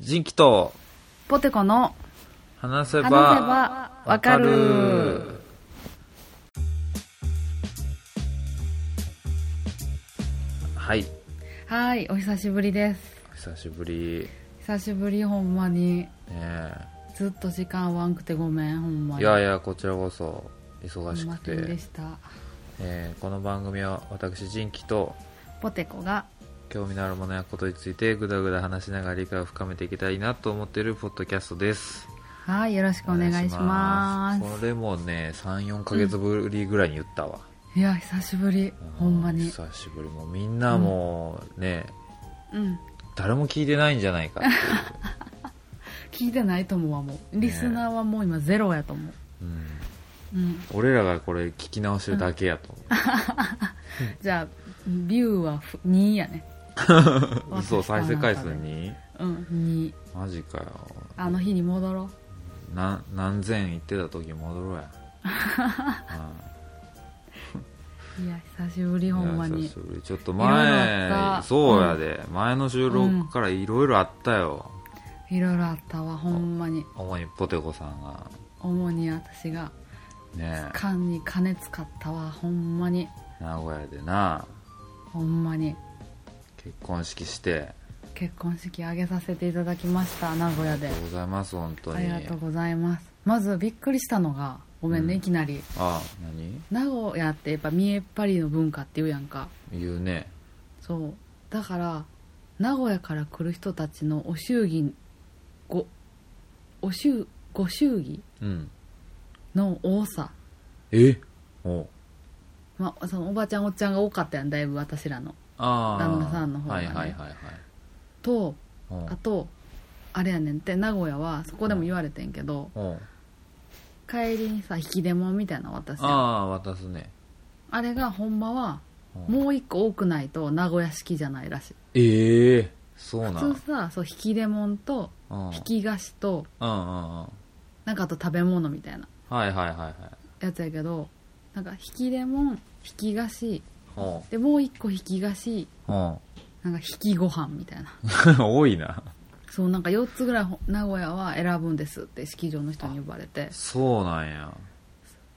人気とポテコの話せ話せばばわかる。はいはい、お久しぶりです。久しぶり久しぶりほんまに。ねえずっと時間合わんくてごめん、ほんまに。いやいやこちらこそ忙すいしまくせんでて、した。えーこの番組は私人気とポテコが、興味のあるものやことについてぐだぐだ話しながら理解を深めていきたいなと思っているポッドキャストですはい、よろしくお願いします。これもね34ヶ月ぶりぐらいに言ったわ、いや、久しぶり、ほんまに。久しぶりもうみんなもうね、うん。誰も聞いてないんじゃないかっていう、聞いてないと思うわ、もう。リスナーはもう今ゼロやと思う。うん、うん。俺らがこれ聞き直してるだけやと 思じゃあ、ビューはふ2やね。う、嘘再生回数にうん、2。マジかよあの日に戻ろう。な何千行ってた時戻ろうや、いや、久しぶりうんほんまいやに久し。ぶりちょっといろいろあっ前たそうやで、前の収録からいろいろあったよ、いろいろあったわ、ほんまに。主にポテコさんが主に私がね缶に金使ったわほんまに名古屋でなほんまに結婚式して結婚式挙げさせていただきました名古屋あでりがとうございます本当あにりがとうございますまずびっくりしたのがごめんね、うんいきなりあ何名古屋ってやっぱ三重パリの文化っていうやんか言うねそうだから名古屋から来る人たちのお祝儀ごお祝ご祝儀うんの多さえおまあ、そのおばちゃんおっちゃんが多かったやんだいぶ私らのああ旦那さんの方がねはいはいはいはいとおあとあれやねんって名古屋はそこでも言われてんけど、お帰りにさ引き出物みたいなの渡すやんあああ渡すねれがほんまはおもう一個多くないと名古屋式じゃないらしいええそうなん普通さそう引き出物とうん引き菓子とうんうんうんなんかあと食べ物みたいなはいはいはいはいやつやけどなんか引き出物引き菓子おでもう一個引き菓子おなんか引きご飯みた いな 多いなそうなんか4つぐらいほ名古屋は選ぶんですって式場の人に呼ばれてそうなんや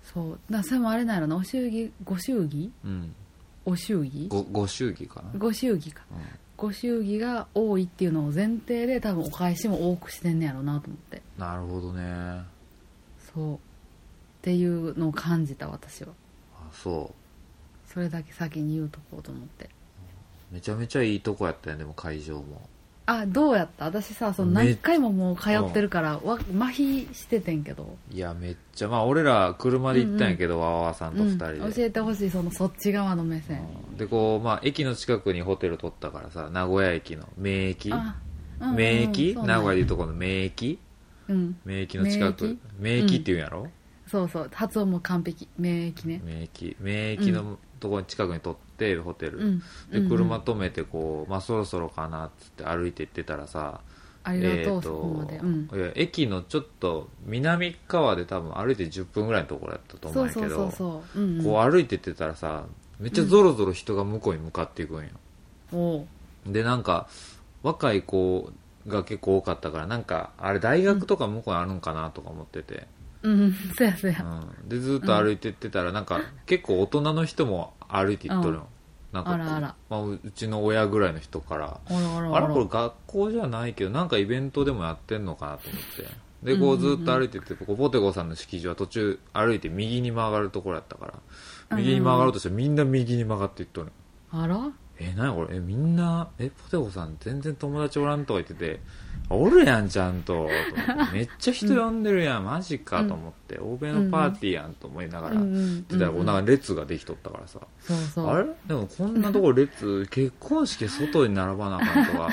そうだからそれもあれなんやろなお祝儀ご祝儀うんお祝儀ごご祝儀かなご祝儀かうんご祝儀が多いっていうのを前提で多分お返しも多くしてんねやろうなと思ってなるほどねあそうっていうのを感じた私はそそれだけ先に言うとこうと思ってうめちゃめちゃいいとこやったよでも会場もあどうやった私さそのめ何回ももう通ってるからわ麻痺しててんけどいやめっちゃまあ俺ら車で行ったんやけど、わわわさんとう二ん、人で、教えてほしいそのそっち側の目線うんでこうまあ駅の近くにホテル取ったからさ名古屋駅の名駅あうんうんうん名駅、そうなん名や古屋でいうとこの名駅うん名駅の近く名駅駅っていうんやろ、そうそう発音も完璧免疫ね名駅名駅のとこに近くに取ってホテル、うんでうん車止めてこう、まあ、そろそろかなっつって歩いて行ってたらさありがとう、ーそこまでうんいや駅のちょっと南側で多分歩いて10分ぐらいのところだったと思そううんやけそうどそうそう、うんうん、こう歩いてってたらさめっちゃゾロゾロ人が向こうに向かっていくんよ、おうでなんか若い子が結構多かったからなんかあれ大学とか向こうにあるんかなとか思ってて、うん、そやそやう。ん、でずっと歩いてってたらなんか結構大人の人も歩いていっとるの、なんかあらあらまあ、うちの親ぐらいの人からあらあらあれこれ学校じゃないけどなんかイベントでもやってんのかなと思ってでこううんうんうんずっと歩いてってこうポテコさんの式場は途中歩いて右に曲がるところやったから右に曲がろうとしてみんな右に曲がっていっとるのあらえなにこれえみんなえポテコさん全然友達おらんとか言ってておるやんちゃんとと思ってめっちゃ人呼んでるやん、マジかと思って欧米のパーティーやんと思いながら、うんうんってたらこうなんか列ができとったからさ、そうそう。あれでもこんなとこ列結婚式外に並ばなあかんとか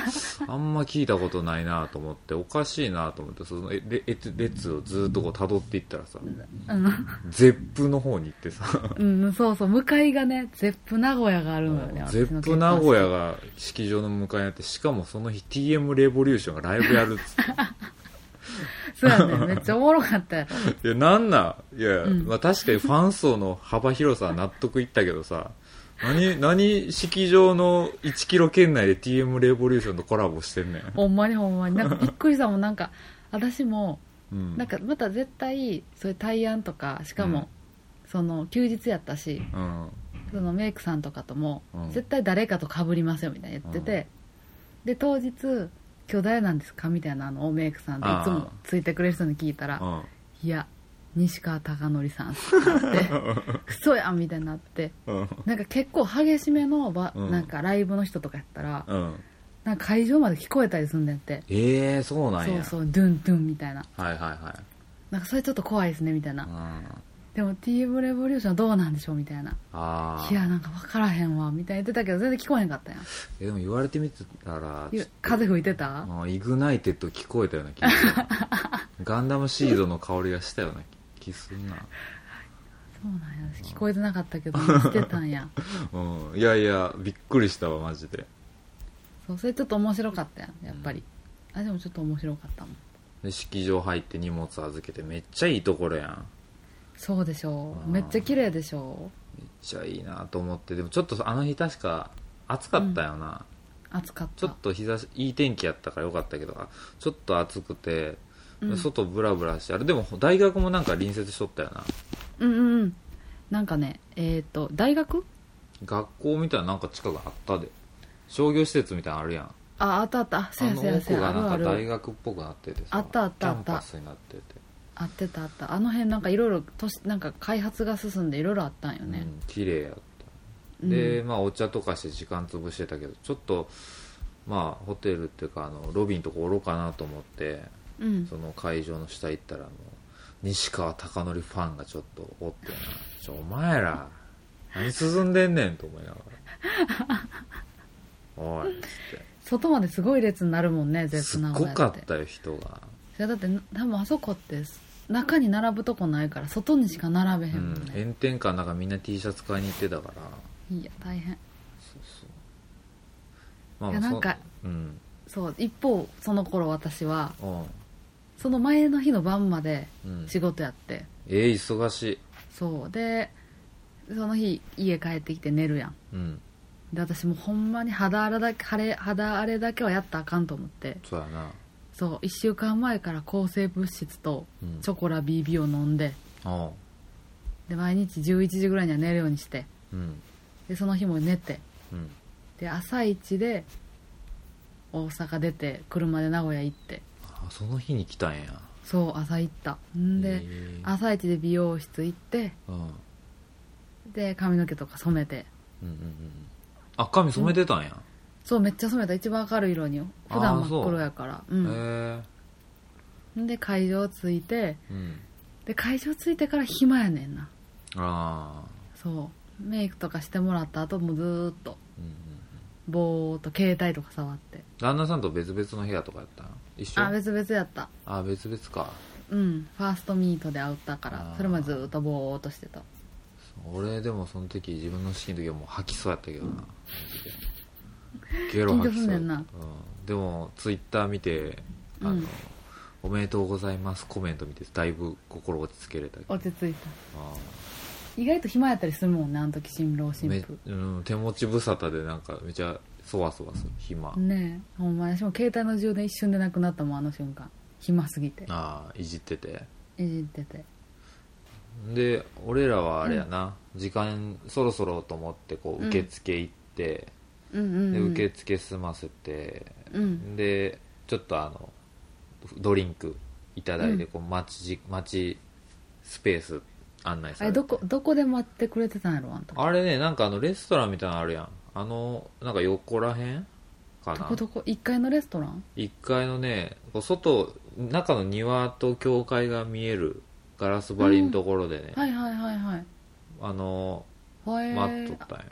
あんま聞いたことないなと思っておかしいなと思ってそのえれえ列をずっとこう辿っていったらさ絶プの方に行ってさうん、うん、そうそう。向かいがね、ゼップ名古屋があるのよね。ゼ私のッ結プ婚名古式。屋が式場の向かいにあってしかもその日 TM レボリューションがライブやるっつっそうやね。めっちゃおもろかったやろ。 ていやなんなんいや、うんまあ、確かにファン層の幅広さは納得いったけどさ何、何式場の1キロ圏内で TM レボリューションとコラボしてんねん。ほんまにほんまになんかびっくりしたもんなんか私もうん。なんかまた絶対そういう対案とかしかも、うんその休日やったしうん。そのメイクさんとかとも、うん絶対誰かと被りますよみたいな言ってて、で当日「今日誰なんですか?」みたいなのをメイクさんっていあーつもついてくれる人に聞いたらう「ん。いや西川貴教さん」ってなって「クソやん」みたいになってうん。なんか結構激しめのば、うんなんかライブの人とかやったら、うん。なんか会場まで聞こえたりすんだんってええー、そうなんそや。うそうドゥンドゥンみたいなはいはなんかそれちょっと怖いですねみたいいはい。う。なんあでも TM レボリューションどうなんでしょうみたいなあい。やなんか分からへんわみたいな言ってたけど全然聞こえへんかったやんえでも言われてみてたら、いや風吹いてたあイグナイテッド聞こえたような気がす るなガンダムシードの香りがしたような気すんな、そうなんや聞こえてなかったけど見てたんやうん、いやいやびっくりしたわマジでそうそれちょっと面白かったやんやっぱり、あでもちょっと面白かったもんで式場入って荷物預けてめっちゃいいところやんそうでしょあーうめっちゃ綺麗でしょめっちゃいいなと思ってでもちょっとあの日確か暑かったよな、う暑かっちょたっと日差しいい天気やったからよかったけどあちょっと暑くて、うん外ブラブラしてあれでも大学もなんか隣接しとったよなうんうんうんなんかねえっ、と大学学校みたいななんか近くあったで商業施設みたいなのあるやんああったあったせあやのせや奥せやがあるなあんか大る学っぽくなっててさあったあったあったキャンパスになってて、あってたあったあの辺なんかいろいろ都市なんか開発が進んでいろいろあったんようね、ん、綺麗やったうん、で、まあ、お茶とかして時間潰してたけどちょっとまあホテルっていうかあのロビーのとこおろうかなと思ってうんその会場の下行ったらもう西川貴教ファンがちょっとおってなちょお前ら何進んでんねんと思いなが らおいっつっ外まですごい列になるもんねて絶すプっ名ご古か屋っってたよ人がそれだって多分あそこって中に並ぶとこないから外にしか並べへうんもんんね、炎天下の中みんな T シャツ買いに行ってたからいや大変そうそうまいやなんかそうんそう一方その頃私はうんその前の日の晩までうん仕事やって、ええ忙しいそうでその日家帰ってきて寝るやんうんで私もうほんまに肌荒れだけ腫れ肌荒れだけはやったらあかんと思ってそうやなそう1週間前から抗生物質とうんチョコラ BB を飲んであで毎日11時ぐらいには寝るようにしてうんでその日も寝てうんで朝一で大阪出て車で名古屋行ってあその日に来たんやそう朝行ったんで、ええ朝一で美容室行ってうんうんで髪の毛とか染めてうんうんあ髪染めてたんや、そうめっちゃ染めた一番明るい色によ普段あーそ真うっ黒やからうへん、えんで会場着いてうんで会場着いてから暇やねんなああそうメイクとかしてもらった後もずーっとうんうんぼーっと携帯とか触って旦那さんと別々の部屋とかやったん一緒あ別々やったあ別々かうんファーストミートで会ったかあらーそれまでずーっとぼーっとしてた俺でもその時自分の式の時はもう吐きそうやったけどな、マジでゲロ緊張吐きす そんうやねっんたなうん、でもツイッター見てあの、うんおめでとうございますコメント見てだいぶ心落ち着けれたけど落ち着いたあ意外と暇やったりするもんねあの時新郎ー新め婦うん、手持ち無沙汰でなんかめちゃそわそわする暇、ねえほんま私も携帯の充電一瞬でなくなったもんあの瞬間暇すぎてああいじってていじっててで俺らはあれやな、時間そろそろと思ってこううん受付行って、うんうん、でうん、受付済ませて、うんでちょっとあのドリンクいただいて、こう待ちじ待ちスペース案内あされれてどこどこで待ってくれてたんやろあんたあれねなんかあのレストランみたいなのあるやんあのなんか横らへんかどなこどこ1階のレストラン1階のねこう外中の庭と教会が見えるガラス張りのところでね、はいはいはいはいあのはえ待っとったんや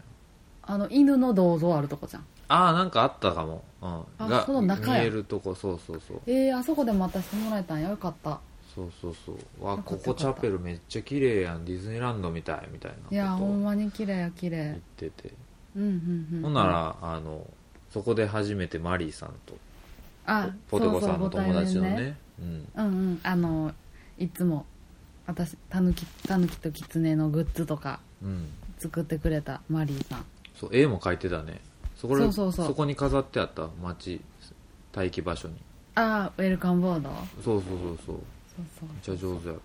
あの犬の銅像あるとこじゃんああなんかあったかも、うん、あがその中や見えるとこそうそうそうえー、あそこで待たせてもらえたんやよかったそうそうそうわよかこったこチャペルめっちゃ綺麗やんディズニーランドみたいみたいいやなことほんをまに綺麗や綺言っ麗てて、うんうんうんほんならあのそこで初めてマリーさんとあポテコさんの友達のそうそうご対面ねうんうんうんあのいつも私たぬきたぬきときつねのグッズとかうん作ってくれたマリーさんそう絵も描いてたねそこらそうそうそうこに飾ってあった町待機場所にああウェルカムボードそうそうそうそうそうそうめっちゃ上手やっ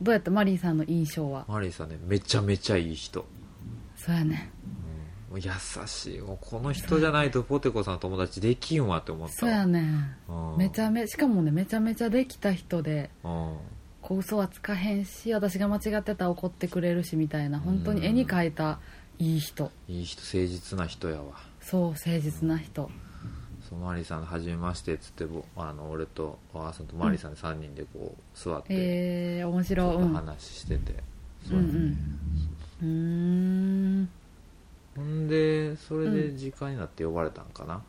どうやったマリーさんの印象はたマリーさんねめちゃめちゃいい人そうやねもう優しいもうこの人じゃないとポテコさんの友達できんわって思ったそうやねめちゃめめしかもねめちゃめちゃできた人でうんこう嘘はつかへんし私が間違ってたら怒ってくれるしみたいな本当に絵に描いたいい人いい人誠実な人やわそう誠実な人そうマリーさんの「はじめまして」っつってぼあの俺とあーさんとマリーさんで3人でこう座ってえー、面ち白いょっうとん話してて、うんうんうーんほんでそれうで時間になって呼ばれたんかな、あ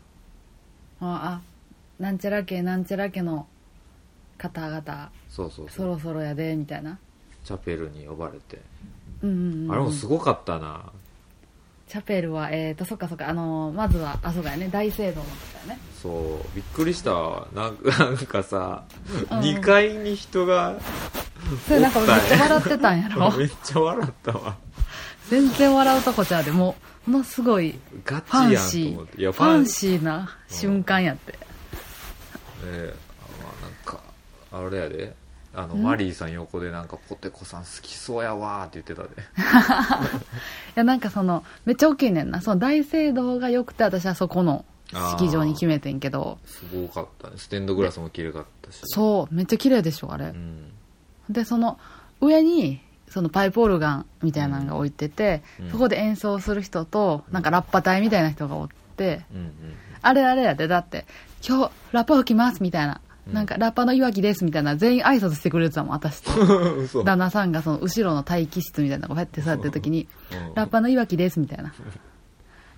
あなんちゃら家なんちゃら家の方々そうそうそそうろそろやでみたいなチャペルに呼ばれて、うんうん、うん、あれもすごかったなチャペルはえっ、ー、とそっかそっかあのーまずはあそうだよね大聖堂のことだよねそうびっくりしたわなんかなんかさ、うん2階に人がそれなんかめっちゃ笑ってたんやろめっちゃ笑ったわ 全然笑うとこちゃうでもうものすごいガファチやンんとシ思っていやーファンシーな瞬間やってええあまあなんかあれやであのんマリーさん横でなんか「ポテコさん好きそうやわ」って言ってたでいやなんかそのめっちゃ大きいねんなその大聖堂が良くて私はそこの式場に決めてんけどすごかったねステンドグラスも綺麗かったしう、そうめっちゃ綺麗でしょあれ、ん、でその上にそのパイプオルガンみたいなのが置いてて、うんそこで演奏する人となんかラッパ隊みたいな人がおって、うんうんあれあれやでだって今日ラッパ吹きますみたいな、うんなんかラッパの岩木ですみたいな全員挨拶してくれてたもん私と 嘘旦那さんがその後ろの待機室みたいなのがこうやって座ってる時にうんラッパの岩木ですみたいな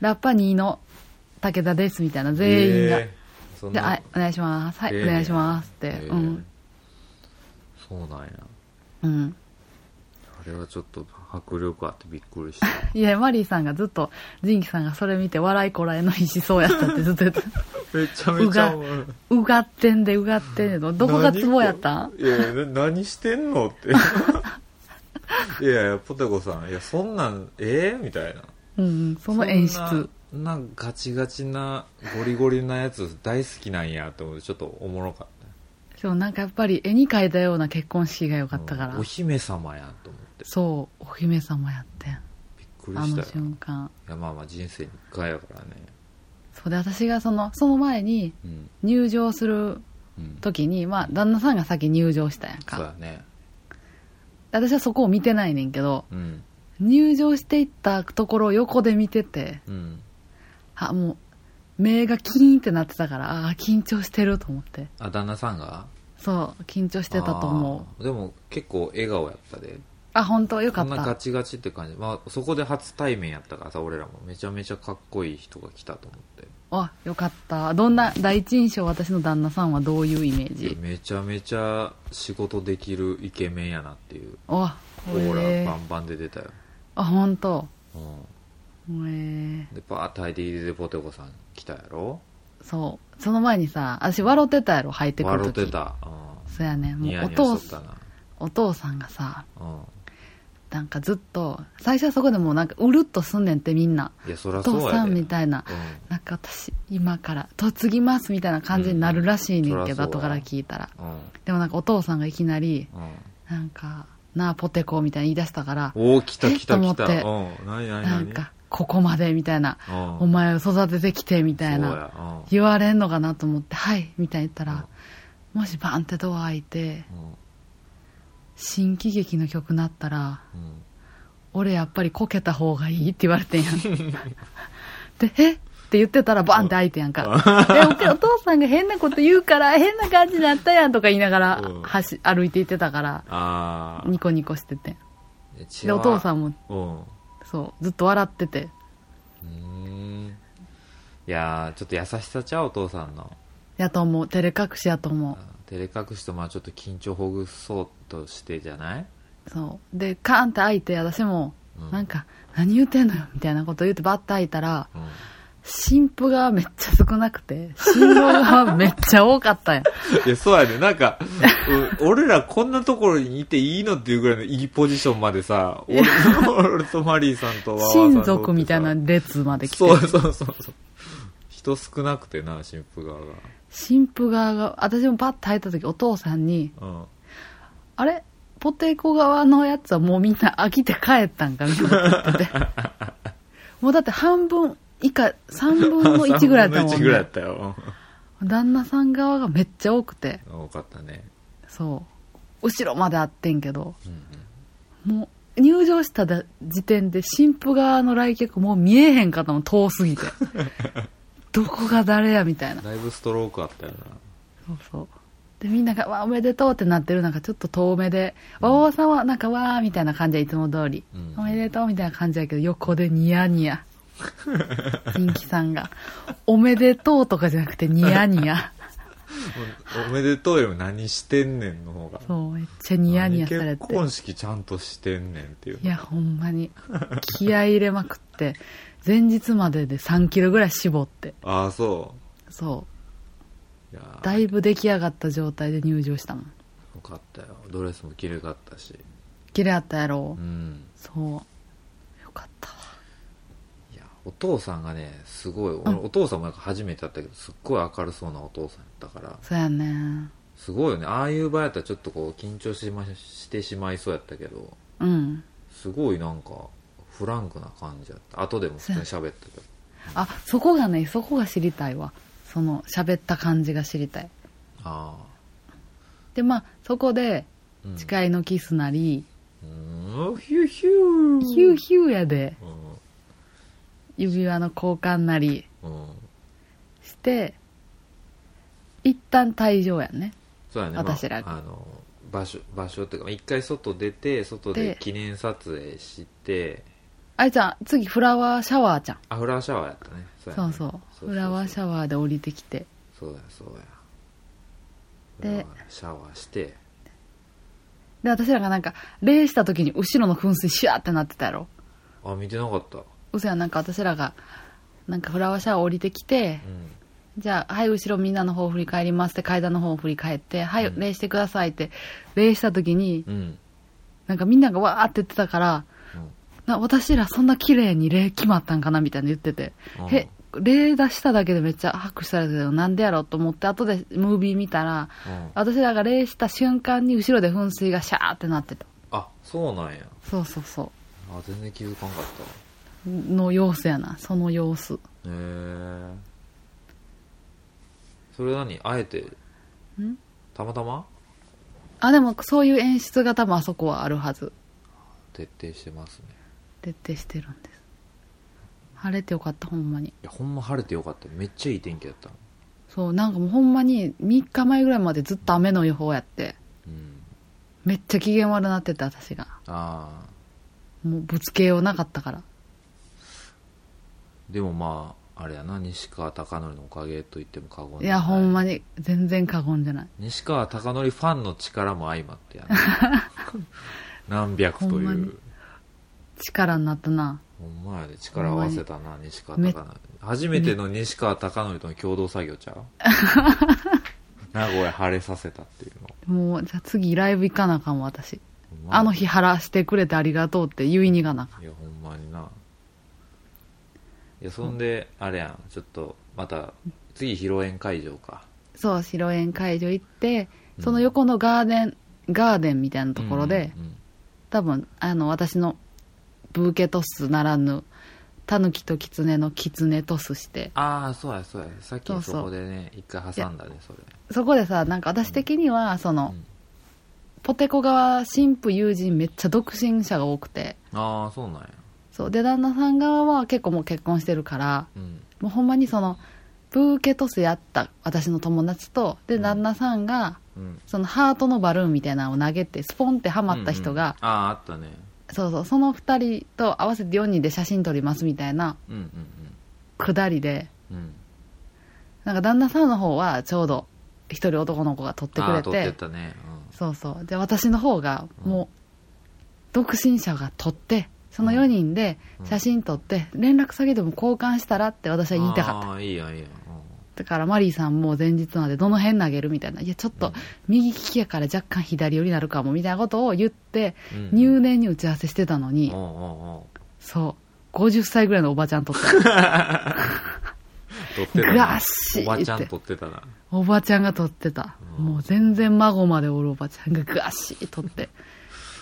ラッパ2の武田ですみたいな全員が、えーそんでなあお願いしますはい、ええお願いしますって、ええうんそうなんやうんあれはちょっと迫力あってびっくりしたいや、マリーさんがずっと、ジンキさんがそれ見て笑いこらえの必死そうやったってずっと言ってた。 めちゃめちゃううがってんで、うがってんで、どこがツボやったんいやいやな何してんのって いやいやポテコさんいやそんなんええみたいなうんうん、その演出。そんななんかガチガチなゴリゴリなやつ大好きなんやと思ってちょっとおもろかっでもなんかやっぱり絵に描いたような結婚式が良かたったからお。姫様やんと思ってそう、お姫様やってん。びっくありしたのよ瞬間。いやまあまあ人生一回やからねそうで、私がその、その前にうん入場するうん時に、まあ、旦那さんが先入場したやんそうか。やね私はそこを見てないねんけど、うん入場していったところを横で見てて、うんあもう目がキーンってなってたからああー緊張してると思ってあ旦那さんがそう緊張してたと思ううでも結構笑顔やったであ本当よかこっんなたガチガチって感じ、まあ、そこで初対面やったからさ俺らもめちゃめちゃかっこいい人が来たと思ってあよかったどんな第一印象私の旦那さんはどういうイメーいやジめちゃめちゃ仕事できるイケメンやなっていうあオほえーラバンバンで出たよ、あ本当うほえん、でパーッと履いて入れてポテコさん来たやろそうその前にさ私笑ってたやろ入ってくる笑っ時てた、そうやねうん、もニうヤおニヤ父しとったなお父さんがさうなんかずっと最初はそこでもうなんかうるっとすんねんってみんなんいやそおらそうやで父さんみたいななんか私今から嫁ぎますみたいな感じになるらしいねんけど、うん後から聞いたらうんうんでもなんかお父さんがいきなりうんなんか「なあポテコ」みたいに言い出したからおお来たえっ来た来たと思ってうん何何な何んか「ここまで」みたいなうん「お前を育ててきて」みたいそうなやうん言われんのかなと思って「はい」みたいに言ったうんらもしバンってドア開いてうん新喜劇の曲なったらうん「俺やっぱりこけた方がいい」って言われて んやんで「えっ?」て言ってたらバンって開いてんやんかでおお父さんが変なこと言うから変な感じになったやんとか言いながらうん走歩いていってたからああニコニコしててででお父さんんもうんうそうずっと笑っててーんいやーちょっと優しさちゃうお父さんのやと思う照れ隠しやと思照れ隠しとまあちょっと緊張ほぐそうとしてじゃないうそうでカーンって開いて私もうんなんか何言うてんのよみたいなこと言ってバッて開いたらうん新婦がめっちゃ少なくて、新郎がめっちゃ多 かったんや。いや、そうやね。なんか、う俺らこんなところにいていいのっていうぐらいのいいポジションまでさ、俺俺とマリーさんとワワさんと親族みたいな列まで来てそ、うそうそうそう。人少なくてな、新婦側が。新婦側が、私もパッと入った時お父さんに、うん。あれポテコ側のやつはもうみんな飽きて帰ったんかみたいなっ ててもうだって半分以下、3分の1ぐらい だったも3ん分の1ぐらいやねっ。たよ。旦那さん側がめっちゃ多くて、うん多かったね。そう。後ろまであってんけど、うんうんもう入場しただ時点で新婦側の来客もう見えへんかったもん、遠 すぎて。どこが誰やみたいな。だいぶストロークあったよそうそう。で、みんなが、わあ、おめでとうってなってる中、ちょっと遠目で、わおわさんは、なんか、わーみたいな感じはいつも通り、うんおめでとうみたいな感じやけど、横でニヤニヤ。 人気さ んが。おめでとうとかじゃなくて、ニヤニヤ。な。もうおめでとうよりも何してんねんの方が。そう、めっちゃニヤニヤされ何て。結婚式ちゃんとしてんねんっていう。いや、ほんまに。気合い入れまくって、前日までで3キロぐらい絞って、ああ、そう。そいやーう。だいぶ出来上がった状態で入場したもん。よかったよドレスも綺麗かったし綺麗やったやろう。んそう。よかったわ。いやお父さんがねすごい、俺お父さんもなんか初めてだったけどすっごい明るそうなお父さんやったからそうやね。すごいよねああいう場合やったらちょっとこう緊張し,、ま、してしまいそうやったけどうん。すごいなんかフランクな感じやった後でも普通に喋ったけどあ、そこがね、そこが知りたいわ。その、喋った感じが知りたい。ああで、まあ、そこで、うん誓いのキスなり、うんヒューヒューヒューヒューやで、う指輪の交換なりん、うん、して、一旦退場やね。そうやね私らまあ、あの場所場所っていうか一回外出て外でで記念撮影してあいちゃん、次フラワーシャワーじゃん。あフラワーシャワーやったねそやそねうそう。フラワーシャワーで降りてきて。そうやそうやでフラワーシャワーしてで、私らがなんか、礼した時に後ろの噴水シュワーってなってたやろ。あ見てなかった嘘やん、なんか私らが、なんかフラワーシャワー降りてきて、うんじゃあ、はい、後ろみんなの方を振り返りますって階段の方を振り返って、はい、うん礼してくださいって、礼した時に、うん、なんかみんながわーって言ってたから、うんな私らそんな綺麗に礼決まったんかなみたいな言ってて、うんへ、礼出しただけでめっちゃ拍手されてたよ。なんでやろうと思って、後でムービー見たら、うん、私らが礼した瞬間に後ろで噴水がシャーってなってた。あそうなんやそうそうそあ全然気づかんかったわう。の様子やな、その様子。へえそれ何あえてんたまたまあ、でもそういう演出が多分あそこはあるはず。徹底してますね徹底してるんです。晴れてよかった、ほんまに。いやほんま晴れてよかっためっちゃいい天気だったそう、なんかもうほんまに3日前ぐらいまでずっと雨の予報やって、うんめっちゃ機嫌悪なってて私が。ああもうぶつけようなかったから。でもまああれやな西川貴教のおかげと言っても過言ではいや、ほんまに全然過言じゃない。西川貴教ファンの力も相まって やな何百とほんいまにう力になったな。ほんまやで力合わせたな西川め貴教初めての西川貴教との共同作業ちゃう名古屋晴れさせたっていうのもう、じゃあ次ライブ行かなあかんわ、私。ほんまやあの日晴らしてくれてありがとうって言いに行かなあかん。いやほんまにないやそんであれやんちょっとまた次披露宴会場かそう、白園会場行って、うんその横のガーデン、ガーデンみたいなところで、うんうん多分、あの、私のブーケトスならぬ、タヌキとキツネのキツネトスして、ああそうやそうやさっきそうそうそこでね一回挟んだねそれそこでさ、なんか私的には、その、うんポテコ側、新婦友人めっちゃ独身者が多くて、ああそうなんやそう。で、旦那さん側は結構もう結婚してるから、うんもうほんまにその、ブーケトスやった私の友達と、で、うん旦那さんが、うんそのハートのバルーンみたいなのを投げて、スポンってハマった人が、うんうんあああったねそうそう、その二人と合わせて4人で写真撮りますみたいなうんうんくだりで、うんうんなんか旦那さんの方はちょうど一人男の子が撮ってくあれあ撮ってて、たねそうそう。で、私の方が、もう、独身者が撮って、その4人で写真撮って、連絡先でも交換したらって私は言いたかった。ああいいやんいいやんだからマリーさんも前日なんでどの辺投げるみたいな。いや、ちょっと右利きやから若干左寄りになるかもみたいなことを言って、うん入念に打ち合わせしてたのうんにう、んうんそう、50歳ぐらいのおばちゃん 撮った。撮ってたグラなッシーおばちゃっんて撮ってたなおばちゃんが撮ってた。うんもう全然孫までおるおばちゃんがガシー撮って。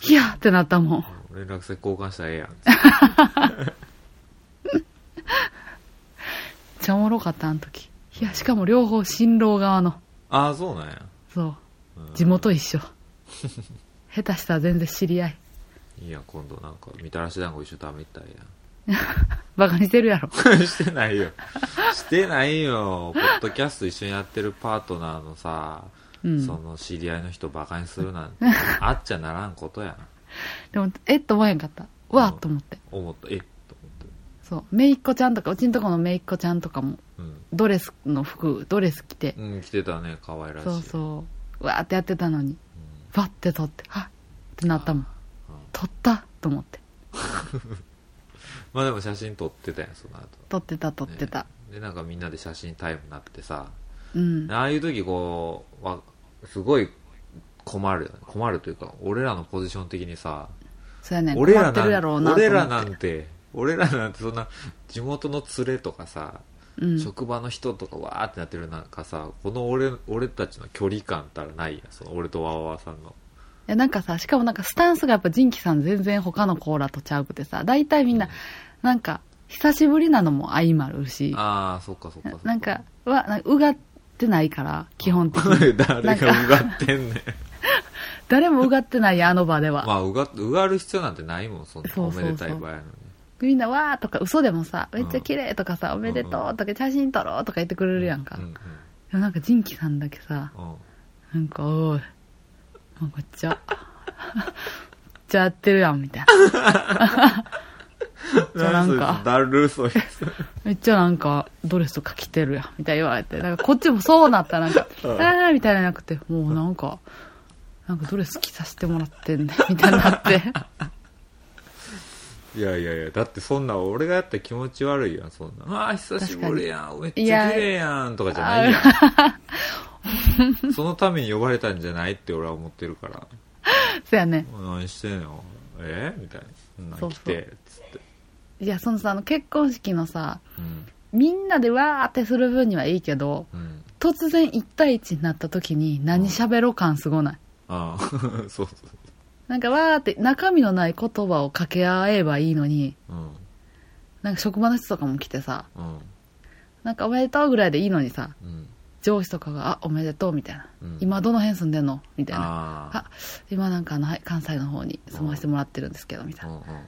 いやーってなったもん。連絡先交換したらええやん めっちゃおもろかった、あの時。いや、しかも両方新郎側の。ああそうなんやそうう。ん地元一 緒。下手したら全然知り合い。いや今度なんかみたらし団子一緒に食べたいやバカにして るやろ。ん してないよしてないよポッドキャスト一緒にやってるパートナーのさ、うんその知り合いの人バカにするなん てあっちゃならんことやんでも、えっと思えんかった。うわっと思って。思ったえっと思ってそう。めいっ子ちゃんとか、うちんとこのめいっ子ちゃんとかも、うんドレスの服、ドレス着て、うん、来てたね可愛らしいそうそう。うわーってやってたのに、うんバッて撮って、はっってなったもん。撮ったと思って。まあでも写真撮ってたやんその後撮ってた、撮ってたね。でなんかみんなで写真タイムになってさうん。ああいう時こうわすごい困るよね困るというか俺らのポジション的にさそうやねん。俺困らってるやろうななと思俺って。らなんて俺らなんてそんな地元の連れとかさ、うん。職場の人とかわーってなってる中さこの俺俺たちの距離感ったらないやんその俺とわわわさんのいやなんかさ、しかもなんかスタンスがやっぱジンキさん全然他のコーラとちゃうくてさ、大体みんな、なんか、久しぶりなのも相まるし、ああそっかそっかそっなんか、は、なんかうがってないから、基本的に。 誰がうがってんねん誰もうがってないやあの場では。まあうがうがる必要なんてないもんそんなそうおそうそめうでたい場合やのにみんなわーとか、嘘でもさ、んめっちゃ綺麗とかさ、おめでとうとか、写真撮ろうとか言ってくれるやんか。うでんもなんかジンキさんだけさ、うんうんなんか、おい、なんかちゃ、ちゃやってるやん、みたいな。じゃあなんかだるそうやつめっちゃなんか、ドレスとか着てるやん、みたいな言われて。なんかこっちもそうなったらなんか、うあんーみたいなのなくて、もうなんか、なんかドレス着させてもらってんね、みたいになって。 いやいやいやだってそんな俺がやったら気持ち悪いやんそんなあー久しぶりやんめっちゃ綺麗やんとかじゃないやん そのために呼ばれたんじゃないって俺は思ってるからそうやね。何してんのえみたいなそんなんそう来そうてつっていや、そのさ、あの結婚式のさ、うんみんなでわーってする分にはいいけど、うん突然1対1になった時に何喋ろう感すごない。ああ そうそうなんかわーって中身のない言葉を掛け合えばいいのに、うんなんか職場の人とかも来てさ、うんなんかおめでとうぐらいでいいのにさ、うん上司とかが、あ、おめでとうみたいな。うん今どの辺住んでんのみたいな。あああ、今なんかあの、はい関西の方に住ませてもらってるんですけど、みたいうんな。うんうん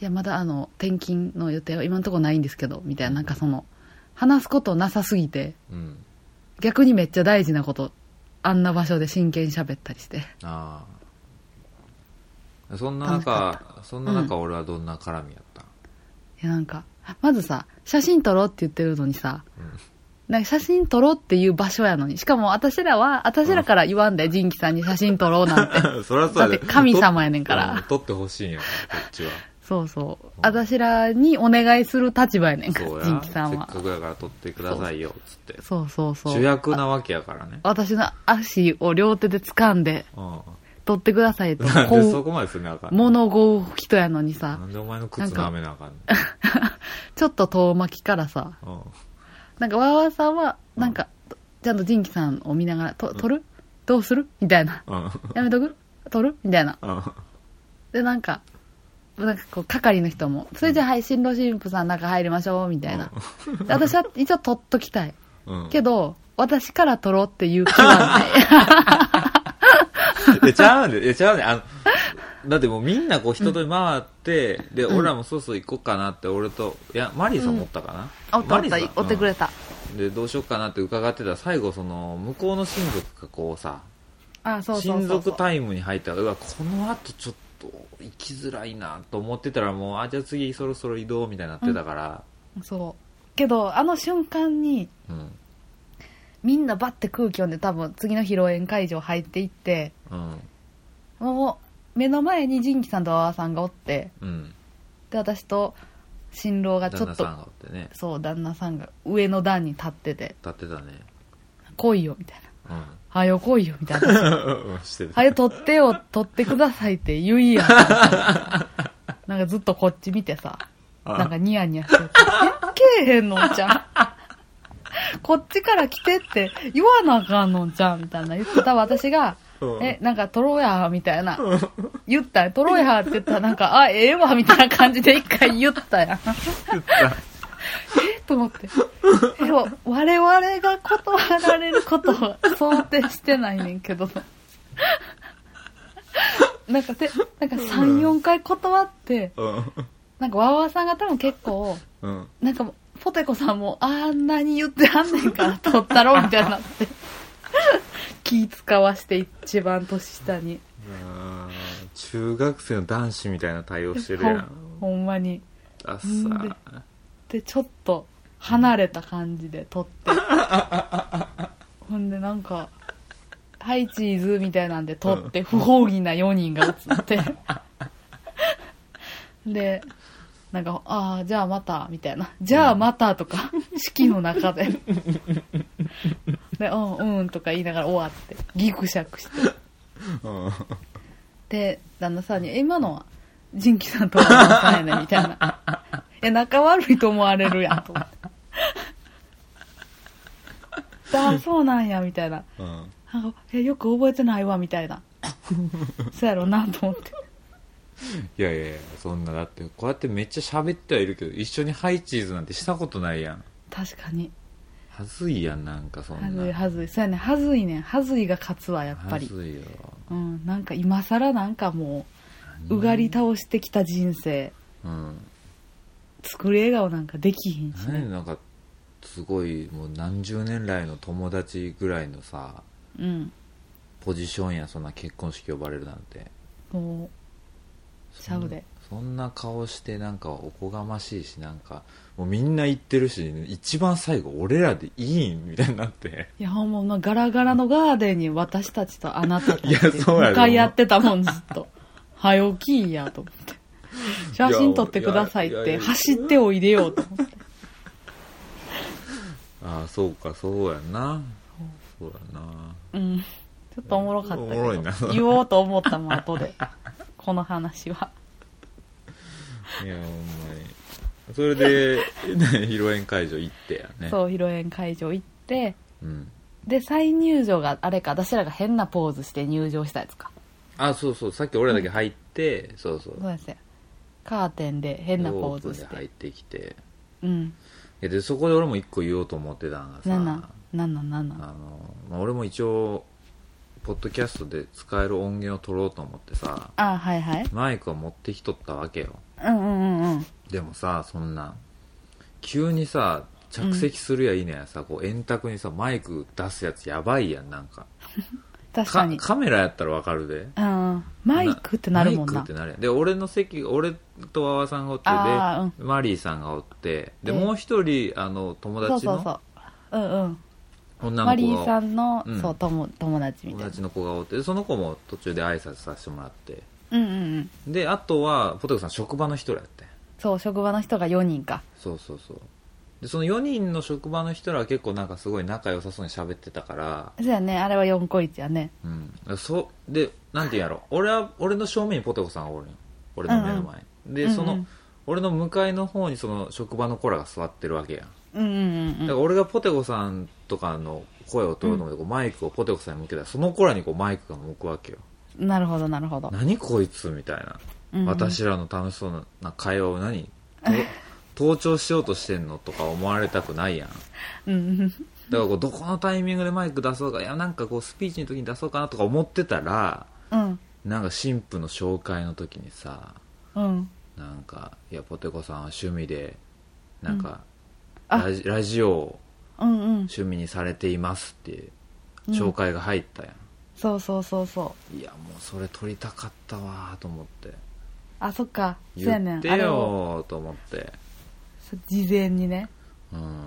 いや、まだあの、転勤の予定は今のところないんですけど、みたいな。なんかその、話すことなさすぎて、うん逆にめっちゃ大事なこと、あんな場所で真剣に喋ったりして。ああそんな楽しか中そんな中俺はどんな絡みやった、いや、なんか、まずさ、写真撮ろうって言ってるのにさ、うんなんか写真撮ろうっていう場所やのに。しかも私らは、私らから言わんで、仁キさんに写真撮ろうなんて。 そりゃそうやでだって神様やねんからうん撮ってほしいんやからこっち は そうそう。私らにお願いする立場やねんかそうら、や仁キさんせっは。かくやから撮ってくださいよつってそうそうそう。主役なわけやからね私の足を両手で掴んで、う取ってくださいとん、なんこでそこう、まですんなあかんの物乞う人やのになさ、んでお前の靴舐めなあかんちょっと遠巻きからさ、の、なんかわわさんは、なんか、ちゃんと仁キさんを見ながら、と、取るどうするみたいな。うんうんやめとく取るみたいな。うんで、なんか、なんかこう、係の人も、それじゃあ、はい、新郎新婦さん中入りましょう、みたいな。で私は一応取っときたい。うん けど、私から取ろうっていう気はない。いや、ちゃうんで、いや、ちゃうんで、あの、だってもうみんなこう人と回って、で、俺らもそうそう行こうかなって、俺と、いや、マリーさん持ったかな、あ、おったマおっリーたさん、おってくれた。うんで、どうしようかなって伺ってたら、最後その、向こうの親族がこうさ、あ、そうそう親そうそう族タイムに入ったら、うわ、この後ちょっと、行きづらいなと思ってたら、もう、あ、じゃあ次そろそろ移動みたいになってたから、そう。けど、あの瞬間に、うん、みんなバッて空気読んで多分次の披露宴会場入っていって、うん、もう目の前に仁キさんと阿波さんがおって、うん、で私と新郎がち旦ょ那っさとんがおってねそう旦那さんが上の段に立ってて立ってたね「来いよ」みたいなうん「はよ来いよ」みたいなうん してる「はよ取ってよ取ってください」って言 いやんなんかずっとこっち見てさあなんかニヤニヤしてる。え、けえへんのんちゃん。こっちから来てって言わなあかんのんちゃんみたいな言ってた私が、うんえ、なんか撮ろうや、みたいな。言ったよ、撮ろうやって言ったらなんか、あ、ええわ、みたいな感じで一回言ったやん。えと思って。え、わ我々が断られることは想定してないねんけど。なんかで、なんか3、4回断って、 うんなんか、わわさんが多分結構、うんなんかもう、ポテコさんも、あんなに言ってはんねんから、取ったろ、みたいになって。気使わして一番年下に。あー中学生の男子みたいな対応してるやんほんほんまに。あっんでさで、ちょっと、離れた感じで取って。ほんで、なんか、はい、チーズ、みたいなんで取って、不法義な4人が映って。で、なんか、ああ、じゃあまた、みたいな。じゃあまたとか、式の中で。で、うん、うんとか言いながら終わって、ギクシャクして。うんで、旦那さんに、え、今のは、ジンキさんとは旦那さんやねみたい な。え、仲悪いと思われるやん、と思って。ああ、そうなんや、みたいな。うんなんかえ、よく覚えてないわ、みたいな。そうやろうな、と思って。いやいやいやそんなだってこうやってめっちゃ喋ってはいるけど一緒にハイチーズなんてしたことないやん確かに。はずいやんなんかそんなはずい、はずい。そうやね、はずいねん。はずいが勝つわ、やっぱり。はずいようん、なんか今更なんかもう、うがり倒してきた人生、うん作る笑顔なんかできひんし何ね。なんかすごいもう何十年来の友達ぐらいのさうん。ポジションやそんな結婚式呼ばれるなんてもう、ちゃうで。そんな顔してなんかおこがましいしなんかもうみんな言ってるし一番最後俺らでいいんみたいになっていや、もう、ガラガラのガーデンに私たちとあなたたちいやそうやろ向かい合ってたもん、ずっ と。はよきいや、と思って。写真撮ってくださいっいやいやて、いや走っておいでよ、と思って。ああそうかそうやんなそうやなうん。ちょっとおもろかったけおもろいなど、言おうと思ったもん、後で。この話は。いやほんまにそれ でね披露宴会場行ってやねそう、披露宴会場行って、うんで、再入場があれか、私らが変なポーズして入場したやつか。あそうそうさっき俺らだけ入って、そうそうそうですね。カーテンで変なポーズし。で入っててきてうん。いやでそこで俺も一個言おうと思ってたんがさなんなんなんなんなんなんあの、まあ、俺も一応ポッドキャストで使える音源を取ろうと思ってさあ、はいはい。マイクを持ってきとったわけようんうんうんうん。でもさそんな急にさ着席するやいいねやさ、こう円卓にさマイク出すやつやばいやんなんか確かに。カメラやったらわかるでうん。マイクってなるマもんイクなって。なるやんで俺の席俺とわわさんがおってで、あーマリーさんがおってでえもう一人あの友そう達そうそのう。うんうん。女マのリ子ーがさんのうん、そう、友友達み友たいな。達の子がおってでその子も途中で挨拶させてもらってうんうんうん。であとはポテコさん職場の人らやってんそう、職場の人が4人か。そうそうそうでその4人の職場の人らは結構なんかすごい仲良さそうに喋ってたからそうやね、あれは4個1やね。うん、そでなんて言うんやろ俺は俺の正面にポテコさんがおるんよ俺の目の前に、でうんうんその、俺の向かいの方にその職場の子らが座ってるわけやんうんうんだうんかうん。ら俺がポテコさんとかの声を取ろうと思って、こうマイクをポテコさんに向けたらその子らにこうマイクが向くわけよなるほど、なるほど。何こいつみたいな、うんうん私らの楽しそうな会話を 何と盗聴しようとしてんのとか思われたくないやんうんうだん。からこうどこのタイミングでマイク出そうかいやなんかこうスピーチの時に出そうかなとか思ってたらうん。なんか新婦の紹介の時にさうん。なんかいやポテコさんは趣味でなんか、うんあラジラジオをうんうん。趣味にされていますって紹介が入ったやん、そうそうそうそう。いやもうそれ撮りたかったわーと思ってあ、そっか。そうやね言っん。てあれを、よーと思ってそう事前にね。うん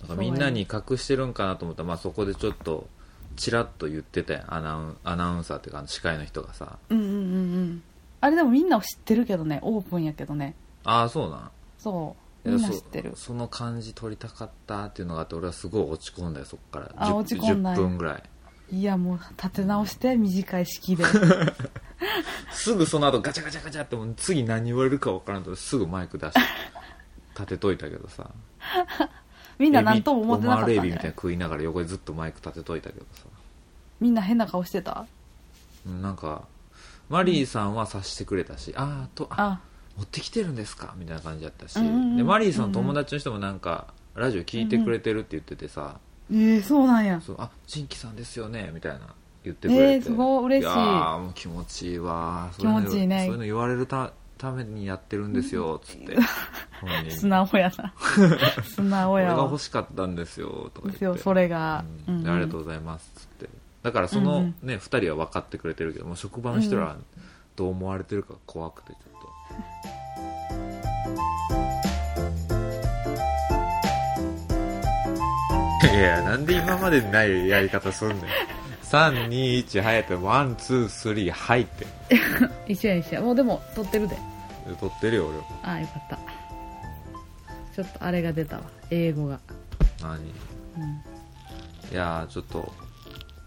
だからみんなに隠してるんかなと思ったら、まあ、そこでちょっとちらっと言ってたやんアナウンアナウンサーっていうかあの司会の人がさうんうんうんうん。あれでもみんな知ってるけどねオープンやけどねああそうなんそういやみんなそ知ってるその感じ取りたかったっていうのがあって俺はすごい落ち込んだよそっからあ10落ち込んだんや10分ぐらいいやもう立て直して短い 式ですぐその後ガチャガチャガチャってもう次何言われるか分からんとすぐマイク出して立てといたけどさみんな何とも思ってなかった、エビオマールエビみたいなね、食いながら横でずっとマイク立てといたけどさみんな変な顔してたうんなんかマリーさんは察してくれたし、あーあとああ持ってきてるんですかみたいな感じだったし、うんうんうんでマリーさんの友達の人もなんか、ラジオ聞いてくれてるって言っててさ、えー、そうなんやそうあチンキさんですよねみたいな言ってくれて、えーすごい嬉しいやーもう気持ちいいわそううの気持ちいいねそういうの言われるたためにやってるんですよつって本 素人直や な素直これやがわ欲しかったんですよとか言っですてよそれが、うんでありがとううございますつってだからその、うんね2人は分かってくれてるけどもう職場の人らはどう思われてるか怖くてち ょっと、いやなんで今までにないやり方すんねん321早くワンツースリーはいってん一緒や一緒やもうでも撮ってるで撮ってるよ俺もああよかったちょっとあれが出たわ英語が、何いうん、やーちょっと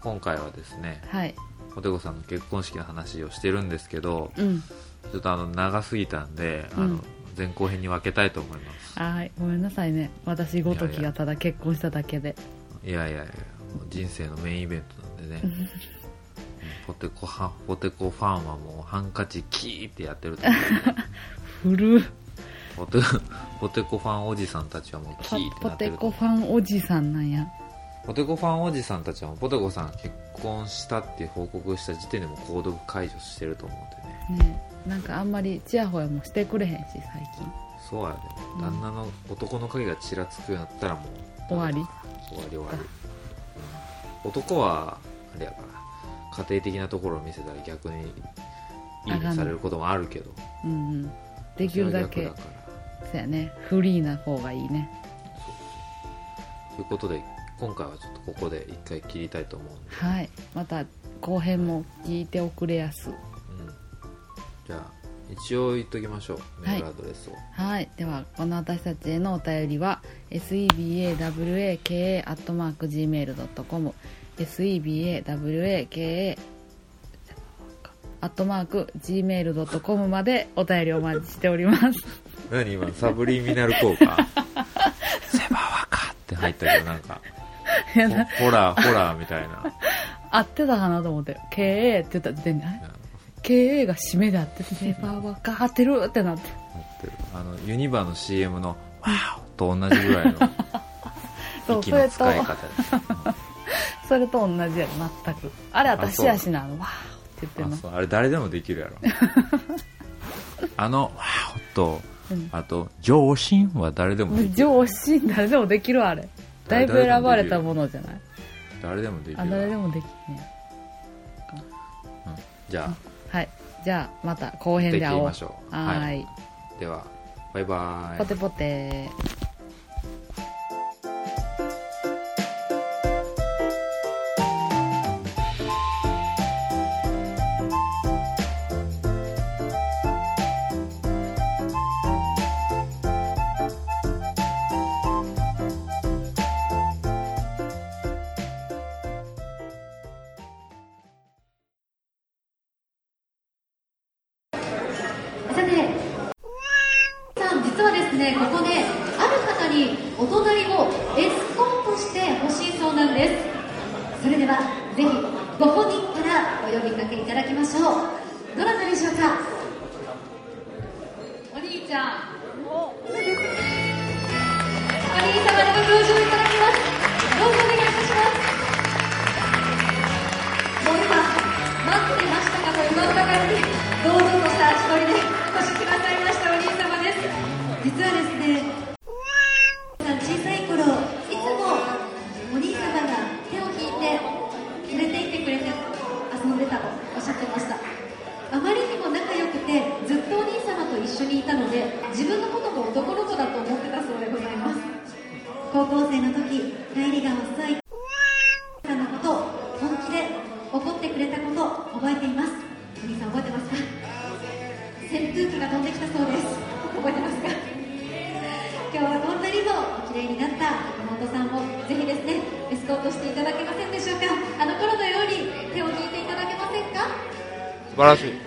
今回はですねはいおてこさんの結婚式の話をしてるんですけどうんちょっとあの長すぎたんで、あうのん前後編に分けたいと思います。はいごめんなさいね私ごときがただ結婚しただけでいやいやいや、もう人生のメインイベントなんでね。うんポテコはポテコファンはもうハンカチキーってやってると思 古っうポテポテコファンおじさんたちはもうキポーってポなってテるとコ思ファンおじさんなんやうポテコファンおじさんたちはもうポテコさんが結婚したって報告した時点でもう購読解除してると思うんでねねえなんかあんまりチヤホヤもしてくれへんし最近そうやで、うん旦那の男の影がちらつくようになったらもう終わり終わり終わり、うん男はあれやから家庭的なところを見せたら逆にいいあかんねのされることもあるけどうんうんできるだけそれは逆だそからうやねフリーな方がいいねということで今回はちょっとここで一回切りたいと思うんで、はいまた後編も聞いておくれやすうんじゃあ一応言っときましょうメールアドレスを、はいではこの私たちへのお便りは sebawaka.gmail.com sebawaka アットマーク gmail.com までお便りお待ちしております 何今サブリミナル効果 セバワカって入ったけどなんかい やほなホラーホラーみたいな合ってたかなと思って「KA」って言ったら出てんない KA が締めだってセバーバーが当てるってなって持ってるあのユニバの CM の「ワオ!」と同じぐらいの そう息それのと使い方です それと同じやろ全くあれ私やしなわーって言ってあますそうあれ誰でもできるやろ あの「ワオ!」とうんあと「上心」は誰でもできる上司誰でもできるわあれだいぶ選ばれたものじゃない誰でもできるあ誰でもできるねうんじゃあはいじゃあまた後編でで会きおうましょうはーいではバイバイポテポテさて、さん、実はですね、ここで、ある方にお隣をエスコートしてほしいそうなんです。それでは、ぜひ、ご本人からお呼びかけいただきましょう。どなたでしょうかお兄ちゃん。お兄様にご登場いただきます。どうぞお願いいたします。もう今、待っていましたかと言わんばかりに、堂々とした足取りでお越しくださいましたお兄様です。実はですね、さん小さい頃、いつもお兄様が手を引いて、連れて行ってくれて遊んでたとおっしゃってました。あまりにも仲良くて、ずっとお兄様と一緒にいたので、自分のことも男の子だと思ってたそうでございます。高校生の時、帰りが遅い。さんのことを本気で怒ってくれたことを覚えています。お兄さん覚えてますか起こしていただけませんでしょうかあの頃のように手を引いていただけませんか素晴らしい